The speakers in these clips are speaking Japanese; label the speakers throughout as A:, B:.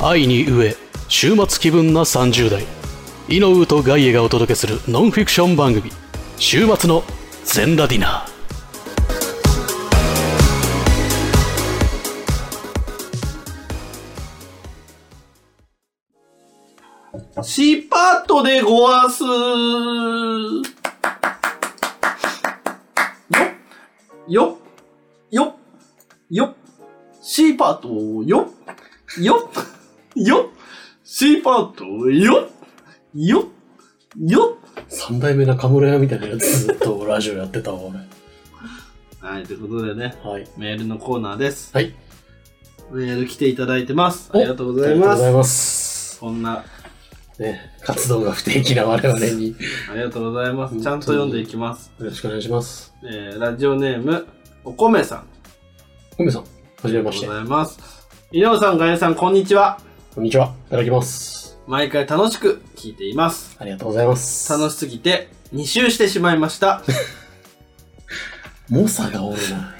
A: 愛に飢え週末気分な30代イノウとガイエがお届けするノンフィクション番組「週末のゼンラディナー」
B: シパットでごわすよよよよシパットよよよシパットよよよ
A: 三代目中村屋みたいなやつずっとラジオやってたわ俺
B: はい、ということでね、
A: はい
B: メールのコーナーです。
A: はい
B: メール来ていただいてます。あ
A: お
B: りがとうご
A: あ
B: ざい
A: りがとうござ
B: ます。
A: います
B: こんな、
A: ね活動が不定期な我々 に
B: ありがとうござい
A: 本当
B: ます。
A: に
B: ちゃんと読んでいきます。
A: よろしくお願いします
B: えー、ラジオネーム、お米さん。
A: 梅さんはじめ
B: あ
A: ま
B: り
A: し
B: がと
A: て
B: うございます。井上さん、ガエさん、こんにちは。
A: こんにちはいただきます
B: 毎回楽しく聞いています。
A: ありがとうございます
B: 楽しすぎて2周してしまいました。
A: 猛者がおるな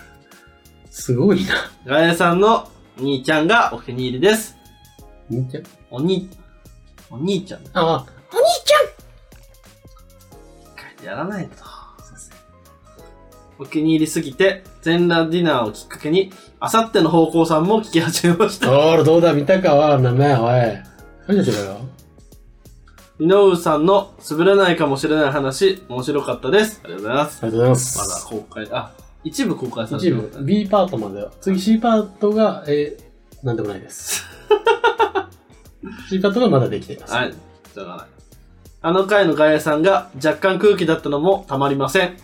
A: すごいな
B: ガエさんの兄ちゃんがお気に入りです。
A: 兄ちゃん
B: おに、お兄ちゃん。
A: ああ
B: やらないと。お気に入りすぎて、全裸ディナーをきっかけに、あさっての方向さんも聞き始めました。
A: おーどうだ見たかは名前おい何やってるよ
B: 井上さんの滑らないかもしれない話、面白かったです。ありがとうございます。
A: ありがとうございま
B: ますだ公開、あ、一部公開されて
A: 一
B: る。
A: 部 B パートまでは次 C パートがえー、なんでもないです C パートがまだできています、
B: はい、しょうがない。あの回のガエさんが若干空気だったのもたまりません。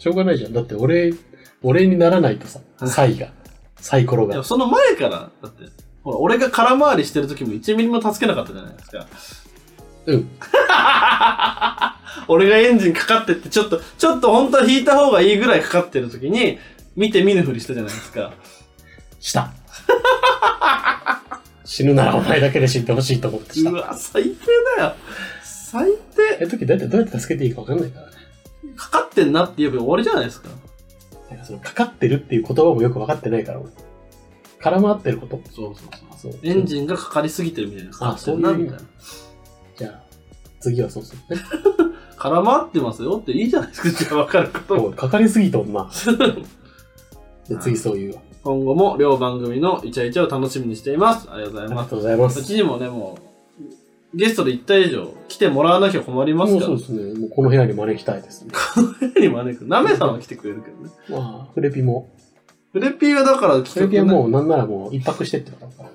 A: しょうがないじゃんだって俺俺にならないとさサイがサイコロ
B: でも
A: が
B: その前から、だって、ほら、俺が空回りしてる時も1ミリも助けなかったじゃないですか。
A: うん
B: 俺がエンジンかかってって、ちょっと、ちょっと本当は引いた方がいいぐらいかかってる時に、見て見ぬふりしたじゃないですか。
A: した 死ぬならお前だけで死んでほしいと思ってし
B: う
A: た
B: わ、最低だよ。最
A: え時だいたいどうやって助けていいか分かんないからね
B: 低。かかってんなって言えば終わりじゃないですか。
A: なんかそのかかってるっていう言葉もよく分かってないから俺絡まってること
B: そうそ
A: そ
B: う
A: う
B: エンジンがかかりすぎてるみたいな。かかってんな
A: あそういう
B: み
A: 意味
B: たいな。
A: じゃあ次はそうするね
B: 空回ってますよっていいじゃないですか。じゃあわかることも
A: おいかかりすぎとんな で次そういうわ
B: 今後も両番組のイチャイチャを楽しみにしています。ありがとうござ
A: あ
B: い
A: りが
B: ます。
A: とうございます
B: うちにもね、もう、ゲストで1体以上来てもらわなきゃ困ります
A: もう
B: から。
A: そうですね。もうこの部屋に招きたいです ね。
B: 誰に招くなめさんは来てくれるけどね。
A: まあ、フレピも。
B: フレピーはだから来
A: フ
B: て
A: レ
B: くれ
A: ピ
B: な
A: はいもうなんならもう一泊してってことだから。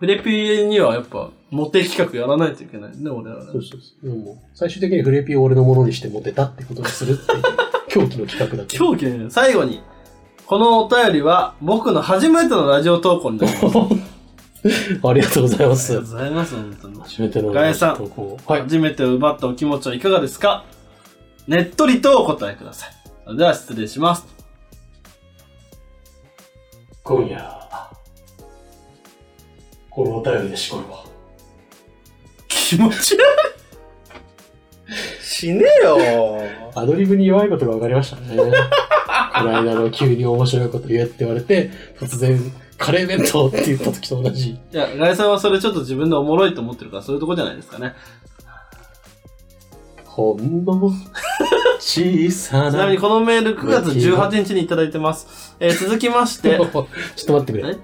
B: フレピーにはやっぱ、モテ企画やらないといけないね、俺らね
A: そうそうそう。でももう最終的にフレピを俺のものにしてモテたってことにするっていう狂気の企画だ けど。
B: 狂気ね、最後に、このお便りは僕の初めてのラジオ投稿になります。あり
A: ありがとうございま
B: がと
A: す
B: うご。ざいます、本当に。
A: 初めての
B: ガエさん
A: 投稿。はい。
B: 初めてを奪ったお気持ちはいかがですかねっとりとお答えください。それでは失礼します。
A: 今夜、このお便りでしこいわ。
B: 気持ち悪い。死ねよ。
A: アドリブに弱いことが分かりました ね。この間の急に面白いこと言えって言われて、突然、カレー弁当って言った時と同じ。
B: いや、ガイさんはそれちょっと自分でおもろいと思ってるから、そういうとこじゃないですかね。
A: ほんの小さ
B: ちなみ
A: な
B: に。このメール9月18日にいただいてます。えー続きま して、
A: ちょっと待ってく
B: え
A: れ。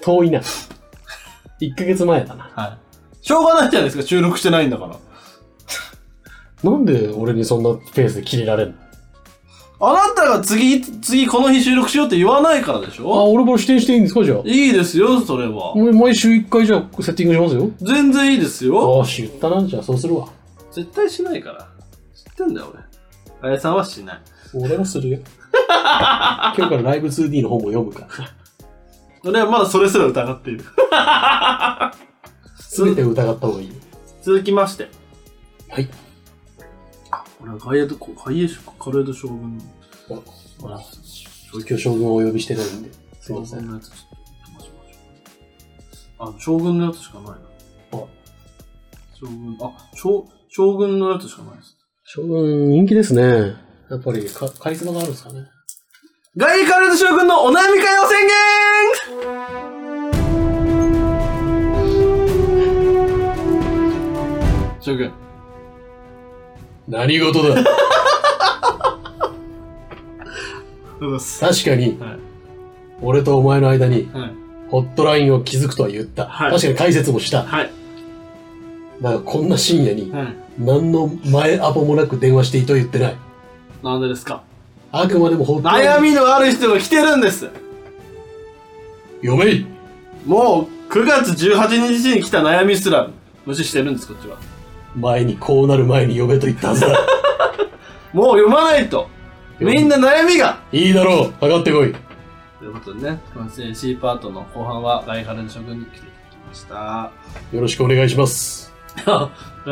A: 遠いな。1ヶ月前だな。
B: はい。しょうがないじゃないですか、収録してないんだから。
A: なんで俺にそんなペースで切れられんの
B: あなたが次、次この日収録しようって言わないからでし
A: あ、
B: ょ
A: 俺も否定していいんですかじゃあ。
B: いいですよ、それ
A: も
B: は。
A: う毎週1回じゃあセッティングしますよ。
B: 全然いいですよ。
A: よーし、言ったな。じゃあそうするわ。
B: 絶対しないから。知ってんだよ、俺。ガイさんはしない。
A: 俺はするよ。 今日からライブ 2D の本も読むから。
B: 俺はまだそれすら疑っている。
A: すべて疑った方がいい。
B: 続きまして。
A: はい。
B: 俺はガイエド、ガイエド、カレード将軍。
A: ほら
B: ほら、
A: 今日将軍をお呼びしてないんで。すいません。
B: のやつちょっと飛ばしましょあの、将軍のやつしかないな。あ、将軍、あ、将、将軍のやつしかないです。
A: 将軍人気ですね。やっぱりカカリスマがあるんですかね。
B: ガイカルト将軍のお悩み会を宣言将軍。
A: 何事だ
B: そうです。
A: 確かに、
B: はい。
A: 俺とお前の間に
B: はい。
A: ホットラインを築くとは言った。
B: はい
A: 確かに解説もした。
B: はい。
A: なんかこんな深夜に
B: はい。
A: 何の前アポもなく電話していいとは言ってない。
B: なんでですか
A: あくまでもホットライ
B: 悩
A: ン。
B: みのある人が来てるんです
A: 読めい
B: もう9月18日に来た悩みすら無視してるんですこっちは
A: 前にこうなる前に呼べと言ったはずだ。
B: もう読まないとみんな悩みが
A: いいだろう上がってこい
B: ということでね今週 C パートの後半はガイカルの将軍に来ていただきましたあ
A: よろしくお願いします。
B: ガ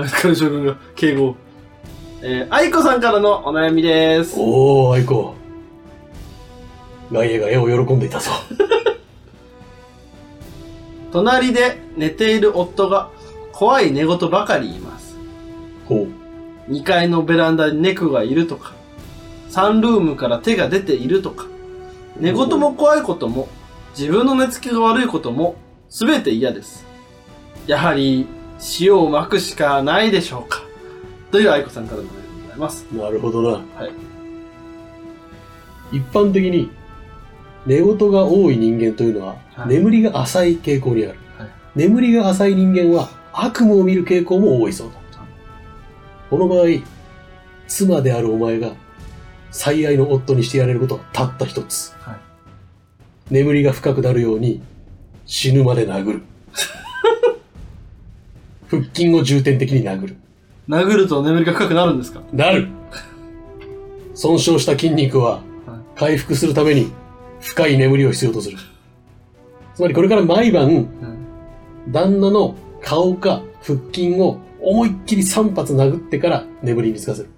B: イカルの将軍が敬語をえー、愛子さんからのお悩みです
A: おお、アイコ。ガイエが絵を喜んでいたぞ。
B: 隣で寝ている夫が怖い寝言ばかり言います
A: ほう。
B: 2階のベランダに猫がいるとか、サンルームから手が出ているとか、寝言も怖いことも、自分の寝つきが悪いことも、すべて嫌です。やはり、塩をまくしかないでしょうか。という愛子さんからのお願いでございます。
A: なるほどな。。
B: はい
A: 一般的に、寝言が多い人間というのは、
B: はい
A: 眠りが浅い傾向にある、
B: はい
A: 眠りが浅い人間は悪夢を見る傾向も多いそうだ。この場合、妻であるお前が最愛の夫にしてやれることはたった一つ。
B: はい
A: 眠りが深くなるように死ぬまで殴 る。腹筋を重点的に殴る。
B: 殴ると眠りが深くなるんですか
A: なる損傷した筋肉は
B: は
A: 回復するために深い眠りを必要とする。つまりこれから毎晩旦那の顔か腹筋を思いっきり3発殴ってから眠りにつかせる。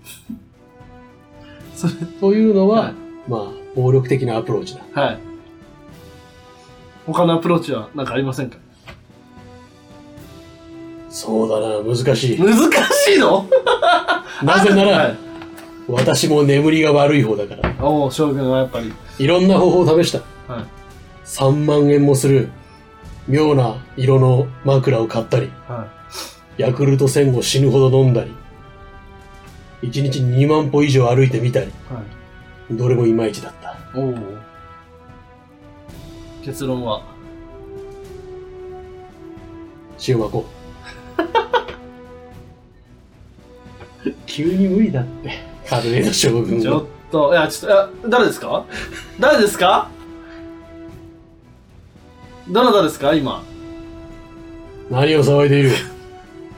B: それ、
A: というのは、
B: はい
A: まあ、暴力的なアプローチだ。
B: はい。他のアプローチは何かありませんか
A: そうだな、難しい。
B: 難しいの
A: なぜなら、
B: はい、
A: 私も眠りが悪い方だから。
B: おお将軍はやっぱり。
A: いろんな方法を試した。
B: はい。
A: 3万円もする妙な色の枕を買ったり、
B: はい。
A: ヤクルト1000を死ぬほど飲んだり、1日2万歩以上歩いてみたり、
B: はい。
A: どれもいまいちだった。
B: おお結論は
A: 塩ま こう。急に無理だって。カルエの将軍
B: ちょ
A: は
B: っといやちょっといや誰ですか誰ですかどなたですか今
A: 何を騒いでいる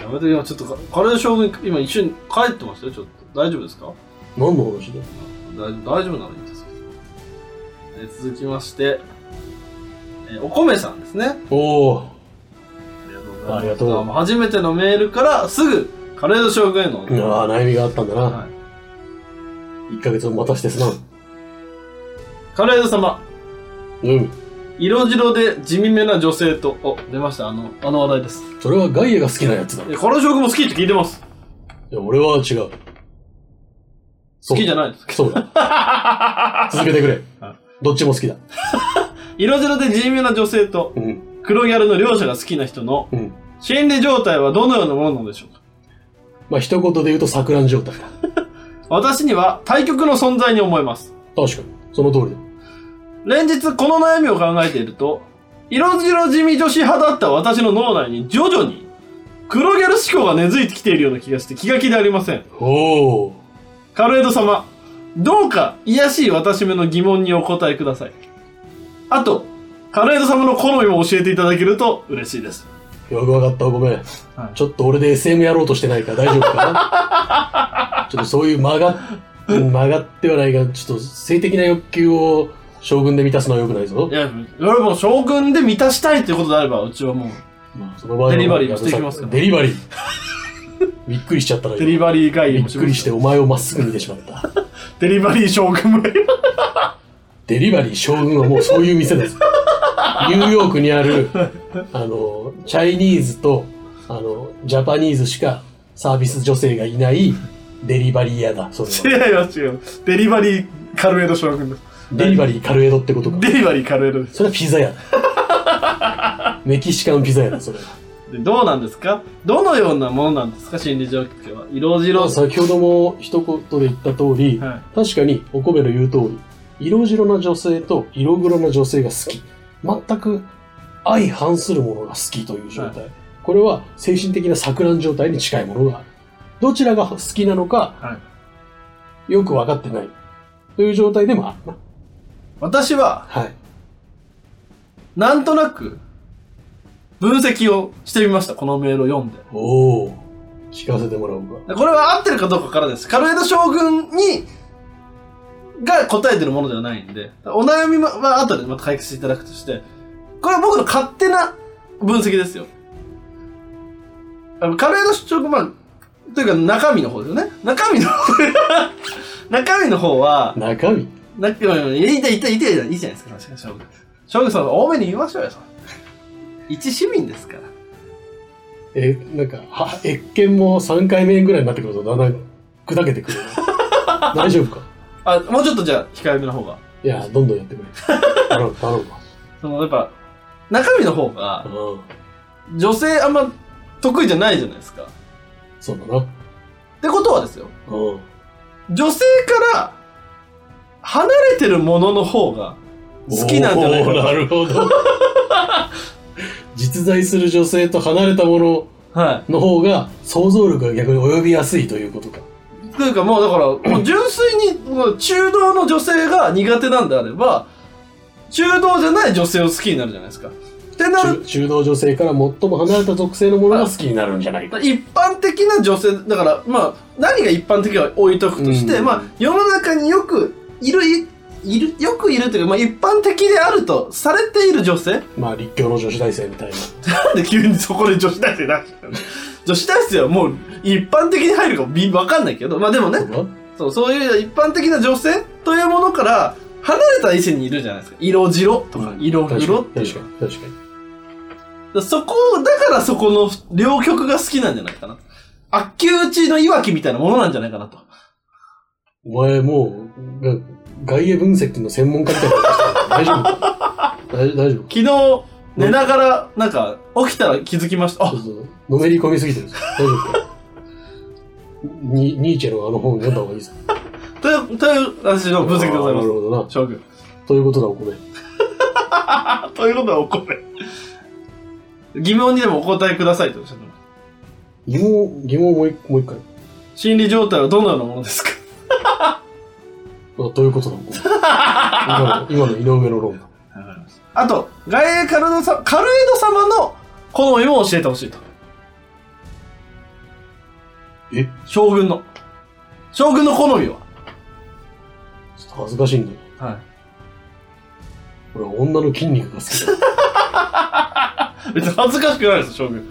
B: やめてよちょっとかカレー将軍今一瞬帰ってましたよちょっと大丈夫ですか
A: 何の話だ
B: 大大丈夫ならいいですけどえ続きましてえお米さんですね
A: おお
B: ありがとうご
A: ありがとう
B: 初めてのメールからすぐカレード将軍への、
A: ああ、悩みがあったんだな。
B: はい
A: 一ヶ月も待たしてすまん。
B: カレード様
A: うん。
B: 色白で地味めな女性と、お、出ました、あの、あの話題です。
A: それはガイアが好きなやつだ。い
B: え、カラショも好きって聞いてます。
A: や、俺は違う。
B: 好きじゃ
A: ない
B: ないです。
A: そうだ。続けてくれ
B: はい。
A: どっちも好きだ。
B: 色白で地味めな女性と、
A: うん。
B: 黒ギャルの両者が好きな人の、
A: うん。
B: 心理状態はどのようなものなのでしょうか
A: まあ、一言で言うと錯乱状態だ。
B: 私には対極の存在に思います。
A: 確かに。その通りだ。
B: 連日この悩みを考えていると、色白地味女子派だった私の脳内に徐々に、黒ギャル思考が根付いてきているような気がして気が気でありません。
A: おお。
B: カルエド様、どうか、癒やしい私めの疑問にお答えください。あと、カルエド様の好みも教えていただけると嬉しいです。
A: よくわかった。ごめん。
B: はい
A: ちょっと俺で SM やろうとしてないから大丈夫かな ちょっとそういう曲がっ、うん曲がってはないが、ちょっと性的な欲求を将軍で満たすのは良くないぞ
B: い。や、俺も将軍で満たしたいっていうことであれば、うちはもう、
A: まあその場合は
B: デリバリーもしていきますから
A: デリバリー。 びっくりしちゃったら
B: デリ
A: 今
B: バリー会議
A: びっ
B: もしま
A: くりし
B: す
A: てお前をまっすぐ見てしまった。
B: デリバリー将軍も
A: デリバリー将軍はもうそういう店です。ニューヨークにある、あの、チャイニーズと、あの、ジャパニーズしかサービス女性がいないデリバリー屋だ。それ は
B: 違います違いますデリバリーカルエド将軍です
A: デリバリーカルエドってことか。
B: デリバリーカルエドです
A: それはピザ屋だ。メキシカンピザ屋だ、それは。
B: でどうなんですかどのようなものなんですか心理状況は色白
A: まあ先ほども一言で言った通り、
B: は
A: 確かにお米の言う通り、色白な女性と色黒な女性が好き。全く相反するものが好きという状態。これは精神的な錯乱状態に近いものがある。どちらが好きなのか、
B: い、はい、
A: よく分かってない。という状態でもあるな。
B: 私は
A: はい。
B: なんとなく分析をしてみましたこのメールを読んで
A: おお、聞かせてもらおうか。
B: でこれは合ってるかどうかからですカルエド将軍にが答えてるものではないんでお悩みはまあ後でまた解決していただくとしてこれは僕の勝手な分析ですよあのカルエド将軍まあというか中身の方ですよね中身の方中身の方は
A: 中身
B: なっいやいやいやいたいたいたいたいいじゃないですか、確かに、将軍。将軍さん、多めに言いましょうよ、その一市民ですから。
A: え、なんか、は、越見も3回目ぐらいになってくると、だんだん砕けて くる。大丈夫か
B: あ、もうちょっとじゃあ、控えめの方が。
A: いや、どんどんやって くれ。頼む、頼むわ。
B: その、やっぱ、中身の方が、
A: うん。
B: 女性あんま得意じゃないじゃないですか。っ
A: そうだな。
B: てことはですよ、
A: うん。
B: 女性から離れてるものの方が好きなんじゃないか
A: おー
B: な
A: なるほど。実在する女性と離れたもの
B: は
A: の方が想像力が逆に及びやすいということか。
B: い。というか、もうだから、もう純粋に、もう中道の女性が苦手なんであれば、中道じゃない女性を好きになるじゃないですか。ってなると
A: 中中道女性から最も離れた属性のものが好きになるんじゃないか。
B: 一般的な女性だからまあ何が一般的か置いとくとして、
A: うん
B: まあ世の中によくいるいいるよくいるというか、まあ、一般的であるとされている女性なん
A: まあ、立教の女子大生みたいな。
B: で急にそこで女子大生だ 女子大生はもう一般的に入るかびわかんないけどまあでもね
A: そうか
B: そうそういう一般的な女性というものから離れた異性にいるじゃないですか色白とか色黒っていう
A: 確かに、確かに。
B: だそこ、だからそこの両極が好きなんじゃないかな。あっきうちのいわきみたいなものなんじゃないかなと。
A: お前もう、が外営分析の専門家みたいなことしてる。大丈夫か大大丈夫か
B: 昨日、寝ながら、なんか、起きたら気づきました。あ
A: ちょ、っとのめり込みすぎてる。大丈夫かにニーチェのあの本読んだ方がいいぞ。
B: という、という私の分析でございま
A: あーなる
B: す。
A: ほどな。
B: 将軍。
A: ということだ、お米。
B: あ、ということはお米。疑問にでもお答えくださいとおっしゃってます。
A: 疑問、疑問をもう一もう一回。
B: 心理状態はどのようなものですか
A: あどういうことだ、お米。 今の、今の井上の論だ。
B: あと、外衛カルドさ、カルエド様の好みも教えてほしいと。
A: え
B: 将軍の。将軍の好
A: ち
B: みは
A: ょっと恥ずかしいんだよ。
B: は
A: 俺は女の筋肉が好きだ。
B: い。別に恥ずかしくないです、将軍。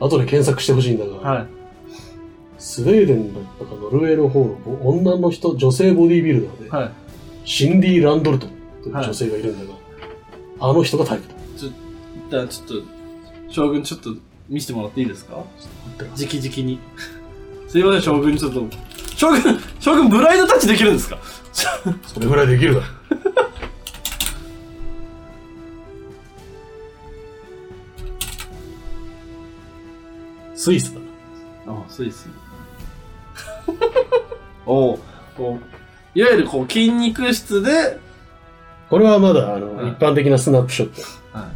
A: 後で検索してほしいんだが、
B: はい。
A: スウェーデンだったかノルウェーの方の女の人、女性ボディービルダーで、
B: は
A: シンディ・ランドルトンという女性がいるんだが、あの人がタイプだ。
B: い。じゃあちょっと、将軍ちょっと見せてもらっていいですかじきじきに。すいません、将軍ちょっと。将軍、将軍ブライドタッチできるんですか
A: それぐらいできるだろ。スイスだな。
B: あそうですね。 おうこう、いわゆるこう筋肉質で、
A: これはまだあの、
B: はい
A: 一般的なスナップショッ
B: は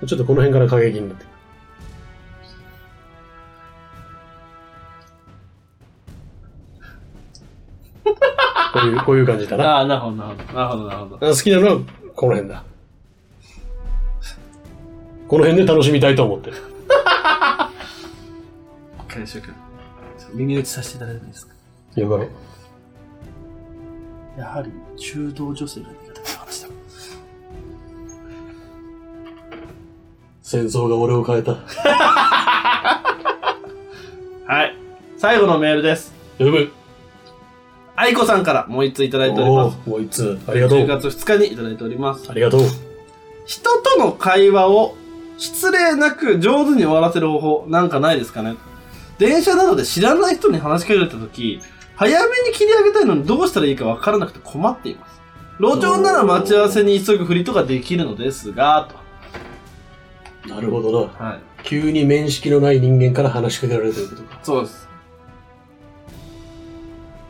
A: ト。ちょっとこの辺から過激になってくる。こういう、こういう感じだ
B: い。
A: な。
B: ああ、なるほど、なるほど。なるほど、なるほど。
A: 好きなのはこの辺だ。この辺で楽しみたいと思ってる。
B: 会社君。ちょっと耳打ちさせていただいてもいいですか
A: やばい。
B: やはり、中道女性が苦手な話だ。
A: 戦争が俺を変えた。
B: はい。最後のメールです。
A: やばい。
B: 相愛子さんからもう一通いただいており
A: お
B: ます。
A: ーもう一通、ありがと
B: 10
A: う。
B: 月2日にいただいております。
A: ありがとう。
B: 人との会話を失礼なく上手に終わらせる方法なんかないですかね電車などで知らない人に話しかけられた時早めに切り上げたいのにどうしたらいいか分からなくて困っています路上なら待ち合わせに急ぐふりとかできるのですが
A: なるほどな。
B: とはい
A: 急に面識のない人間から話しかけられるということか。
B: そうです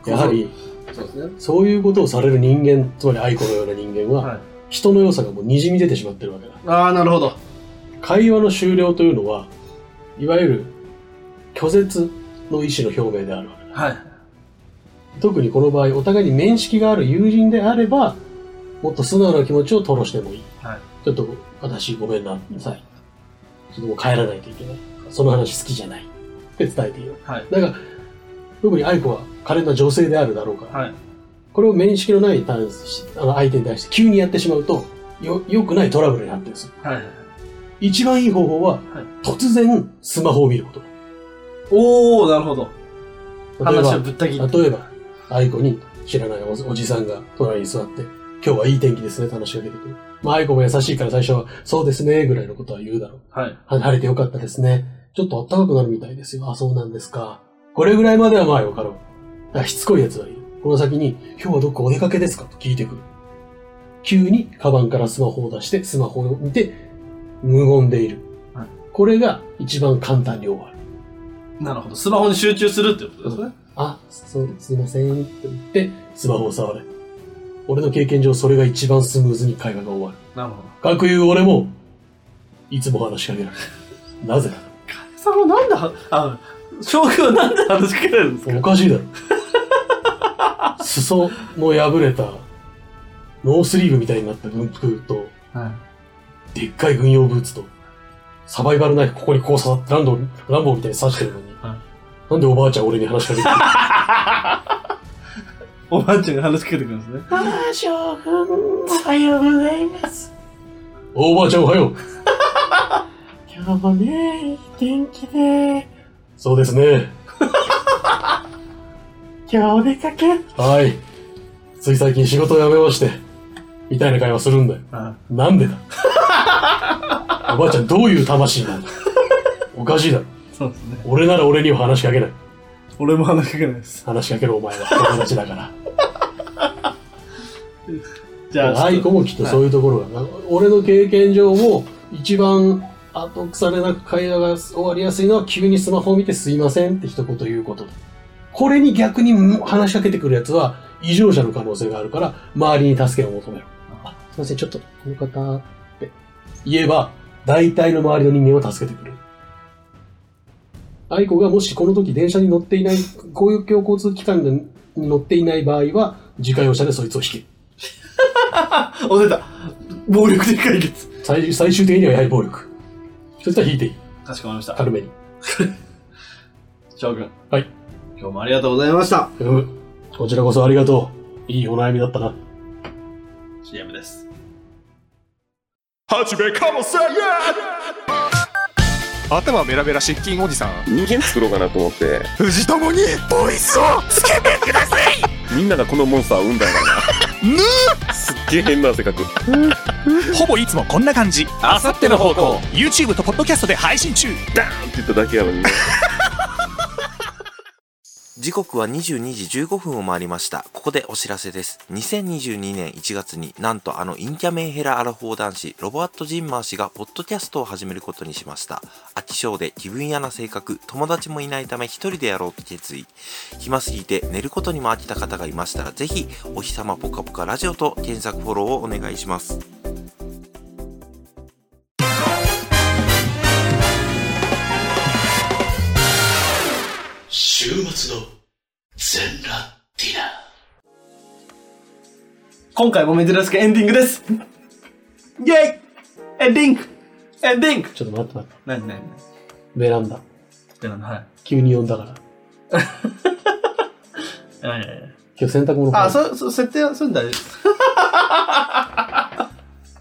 A: やはり、
B: そうですね
A: そういうことをされる人間、つまり愛子のような人間は、
B: はい
A: 人の良さがもう滲み出てしまってるわけだ。
B: ああなるほど
A: 会話の終了というのは、いわゆる拒絶の意思の表明であるわけだ。
B: はい
A: 特にこの場合、お互いに面識がある友人であれば、もっと素直な気持ちを吐露してもいい。
B: はい
A: ちょっと私ごめんなさい。ちょっともう帰らないといけない。その話好きじゃない。って伝えている。
B: はい
A: だから、特に愛子は可憐な女性であるだろうから、
B: はい
A: これを面識のない対しあの相手に対して急にやってしまうと、よ、良くないトラブルになってるんですよ。
B: はい
A: 一番いい方法は、突然スマホを見ること。
B: おおなるほど
A: 例えば
B: 話をぶった切って
A: 例えば、愛子に知らないおおじさんが隣に座って、今日はいい天気ですね、楽しみかけてくる。まあ、愛子も優しいから最初は、そうですね、ぐらいのことは言うだろう。
B: はい
A: は晴れてよかったですね。ちょっと暖かくなるみたいですよ。あ、そうなんですか。これぐらいまではまあよかろう。だからしつこいやつはいる。この先に、今日はどっかお出かけですかと聞いてくる。急に、カバンからスマホを出して、スマホを見て、無言でいる。
B: はい
A: これが一番簡単に終わる。
B: なるほどスマホに集中するってことですね、
A: あ、そう、すいませんって言って、スマホを触れ。俺の経験上、それが一番スムーズに会話が終わる。
B: なるほど
A: かくいう俺も、いつも話しかけられる。なぜだ
B: さんはなんでは、あ、将軍はなんで話しかけられるんですか
A: おかしいだろ。裾の破れた、ノースリーブみたいになった軍服と、
B: はい。
A: でっかい軍用ブーツと、サバイバルナイフここにこう刺さって、ランド、ランボーみたいに刺してるのに、
B: はい
A: なんでおばあちゃん俺に話しかけてくる
B: おばあちゃんが話しかけてくるんですね。
A: ああ、将軍、おはようございます。おばあちゃん、おはよう。今日もね、いい天気で。そうですね。今日お出かけはい。つい最近仕事を辞めまして、みたいな会話するんだよ。
B: は
A: なん でだおばあちゃん、どういう魂なんだおかしいだろ。
B: い。そうですね。
A: 俺なら俺には話しかけない。
B: 俺も話しかけないです。
A: 話しかけるお前は友達だから。
B: じゃあ、
A: アイコもきっとそういうところが、なんか俺の経験上も一番後腐れなく会話が終わりやすいのは急にスマホを見てすいませんって一言言うことだこれに逆に話しかけてくるやつは異常者の可能性があるから周りに助けを求めろあすいませんちょっとこの方って言えば大体の周りの人間は助けてくれる愛子がもしこの時電車に乗っていない公共交通機関に乗っていない場合は自家用車でそいつを引け
B: お出た。暴力的解決。
A: 最最終的にはやはり暴力。そしたら引いていい。
B: かしこまりました。
A: 軽めに。
B: 将軍。
A: はい。
B: 今日もありがとうございました。
A: うん。こちらこそありがとう。いいお悩みだったな。
B: CM です。
C: はじめかもせん頭ベラベラ失禁おじさん
D: 人間作ろうかなと思って
C: 藤友にボイスをつけてください
D: みんながこのモンスターを産んだんだ
C: ぬ
D: なすっげえ変な性格
C: ほぼいつもこんな感じあさっての方向 YouTube とポッドキャストで配信中
D: ダーンって言っただけやのに
E: 時刻は22時15分を回りました。ここでお知らせです。2022年1月になんとあのインキャメンヘラアラフォー男子、ロボアット・ジンマー氏がポッドキャストを始めることにしました。飽き性で気分屋な性格、友達もいないため一人でやろうと決意。暇すぎて寝ることにも飽きた方がいましたら、ぜひ、お日様ぽかぽかラジオと検索フォローをお願いします。
A: 週末の全裸ディナー。
B: 今回も珍しくエンディングです。イェイエンディングエンディング
A: ちょっと待って待って。
B: なになになに
A: ベランダ。
B: ってなのはい。
A: 急に呼んだから。
B: いやいやいや
A: 今日洗濯物
B: あ、
A: う。
B: そう、そう、設定は、そういうの大丈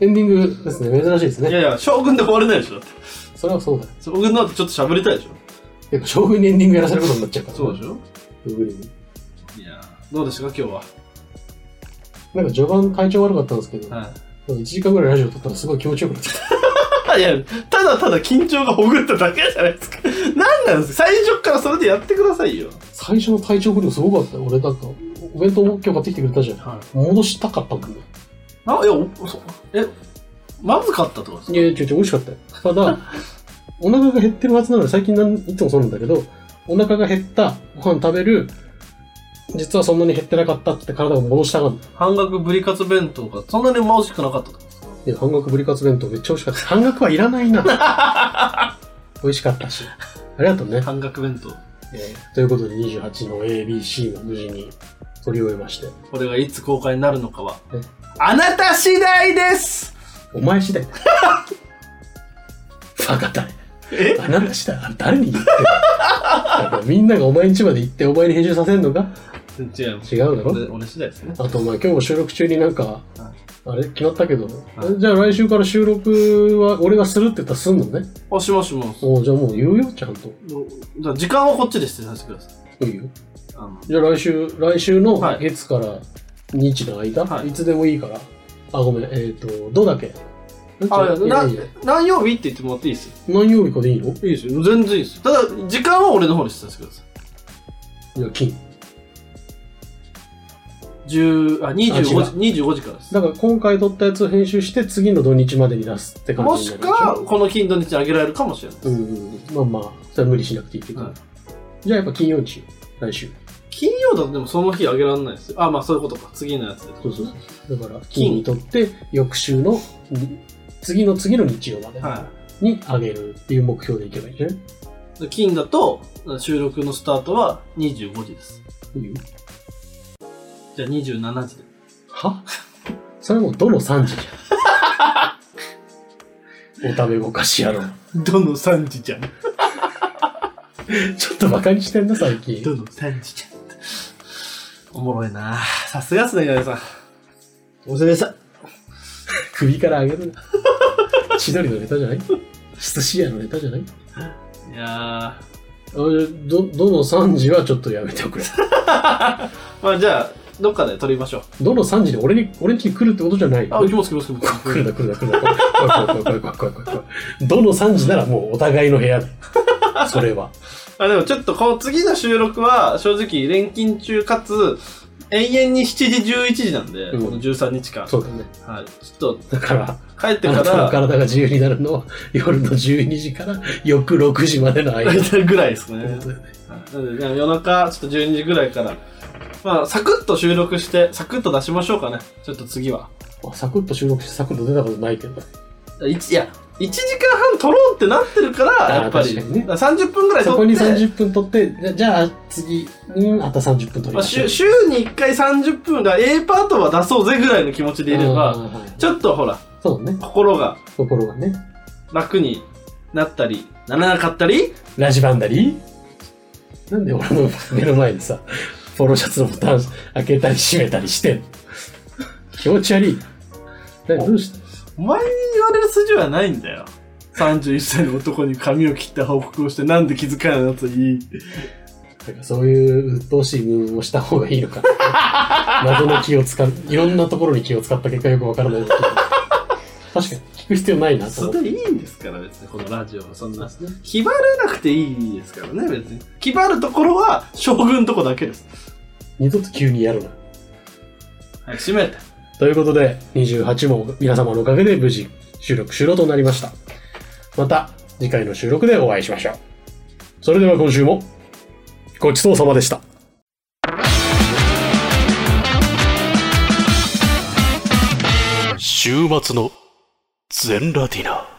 A: エンディングですね。珍しいです
B: 夫。いや
A: ね。
B: いや、将軍で終われないでしょ。だって
A: それはそうだよ。
B: 将軍の後ちょっと喋りたいでしょ。
A: やっぱ将軍にエンディングやらせることになっちゃうから。
B: そうでしょ
A: ググリに
B: いやーどうでしたか今日は。
A: なんか序盤体調悪かったんですけど、
B: は
A: 1時間ぐらいラジオ撮ったらすごい気持ちよくなっちゃった。
B: い。いや、ただただ緊張がほぐっただけじゃないですか。なんなんですか最初からそれでやってくださいよ。
A: 最初の体調不良すごかったよ。俺なんか、お弁当も今日買ってきてくれたじゃん。
B: は
A: 戻したかったもんね。
B: い。あ、いや、おそうえ、まずかったってことです
A: い
B: か
A: やいや、違う違う、美味しかったよ。ただ、お腹が減ってるはずなので、最近なんいつもそうなんだけど、お腹が減った、ご飯食べる、実はそんなに減ってなかったって体を戻したがる。
B: 半額ぶりカツ弁当がそんなに美味しくなかったってこと
A: いや、半額ぶりカツ弁当めっちゃ美味しかった。半額はいらないな。美味しかったし。ありがとうね。
B: 半額弁当。
A: えーということで、28の ABC も無事に取り終えまして。
B: これがいつ公開になるのかは
A: え、
B: あなた次第です
A: お前次第だ。バカだね。
B: え
A: あなた次第、あ誰に言ってる だからみんながお前ん家まで行ってお前に編集させんのか
B: 違う。
A: 違うだろ
B: 俺俺次第ですね。
A: あとお前今日も収録中になんか
B: は、
A: あれ決まったけど、
B: はい
A: じゃあ来週から収録は俺がするって言ったらすんのね。
B: あ、しますします。
A: おうじゃあもう言うよ、ちゃんと。
B: じゃあ時間はこっちで指定させてください。
A: いいよ。
B: あの
A: じゃあ来週、来週の
B: はい
A: 月から日の間、
B: はい
A: い、つでもいいから。あ、ごめん、えっ、と、どうだっけ
B: あ
A: いや
B: ない
A: やいや
B: 何曜日って言ってもらっていいですよ。
A: 何曜日かでいいの
B: いいですよ。全然いいですよ。ただ、時間は俺の方に指定させてください。
A: いや、金。
B: 10あ25
A: あ違
B: 時 ,25 時からです。
A: だから今回撮ったやつを編集して次の土日までに出すって感
B: も
A: じに
B: し
A: なるでしょ
B: くは、この金土日にあげられるかもしれないで
A: うんう
B: す。
A: んうん。まあまあ、それは無理しなくていいけど。
B: はい
A: じゃあやっぱ金曜日しよう来週。
B: 金曜だとでもその日あげられないですよ。あ、まあそういうことか。次のやつで。
A: そうそうそう。だから、金にとって、翌週の、に次の次の日曜まで
B: は
A: に上げるっていう目標でいけばいいね。
B: いで。金だと、収録のスタートは25時です。
A: いいよ
B: じゃあ27時で。
A: はそれもうどの3時じゃ ん。お食べぼかしやろ。
B: どの3時じゃん。
A: ちょっとバカにしてんな、最近。
B: どの3時じゃん。おもろいなさすがっすね、皆さん。お疲れ様でした。
A: 首から上げるな。千鳥のネタじゃない寿司屋のネタじゃない
B: いや
A: あど、どの3時はちょっとやめておくれ。
B: ー。まあじゃあ、どっかで撮りましょう。
A: どの3時で俺に、俺んちに来るってことじゃない
B: あ、行きます、行きます、行きます。
A: 来るな来るな来るな怖い怖い怖い怖い怖い怖い怖い怖いどの3時ならもうお互いの部屋でそれは
B: あでもちょっとこの次の収録は正直連勤中かつ永遠に7時11時なんで、
A: うん
B: この13日間、
A: そうだね
B: はい、ちょっと
A: だから
B: 帰って
A: あ
B: か
A: なたの
B: ら
A: 体が自由になるのは夜の12時から翌6時までの 間
B: 大体 ぐらいですね、はい
A: 本当だよね
B: なので夜中ちょっと12時ぐらいからまあサクッと収録してサクッと出しましょうかねちょっと次は
A: まあサクッと収録してサクッと出たことないけど
B: いちいや1時間半撮ろうってなってるから
A: あー
B: やっぱり、
A: 確かにね
B: だから30分ぐらい撮
A: そ
B: って
A: こに30分撮ってじゃじゃあ次うんあと30分撮り
B: まあ
A: ましょ
B: 週
A: う
B: 週に1回30分だから A パートは出そうぜぐらいの気持ちでいれ
A: あー
B: ば
A: はい
B: ちょっとほら
A: そうね
B: 心が
A: 心がね
B: 楽になったりならなかったり
A: ラジバンダリーなんで俺の目の前でさ、ポロシャツのボタン開けたり閉めたりしてんの気持ち悪い。何どうした
B: お前に言われる筋はないんだよ31歳の男に髪を切った報告をしてなんで気づかないのといいって
A: なんかそういう鬱陶しいムーブをした方がいいのか。謎の気を使う。いろんなところに気を使った結果よくわからない。確かに聞く必要ないなと
B: そ
A: 思っ
B: れでいいんですから別にこのラジオはそんな
A: て。
B: 気張らなくていいですからね別に気張るところは将軍のとこだけです
A: 二度と急にやるな。
B: はい閉めて
A: ということで、28も皆様のおかげで無事収録終了となりました。また次回の収録でお会いしましょう。それでは今週もごちそうさまでした。
F: 週末の全ラティナ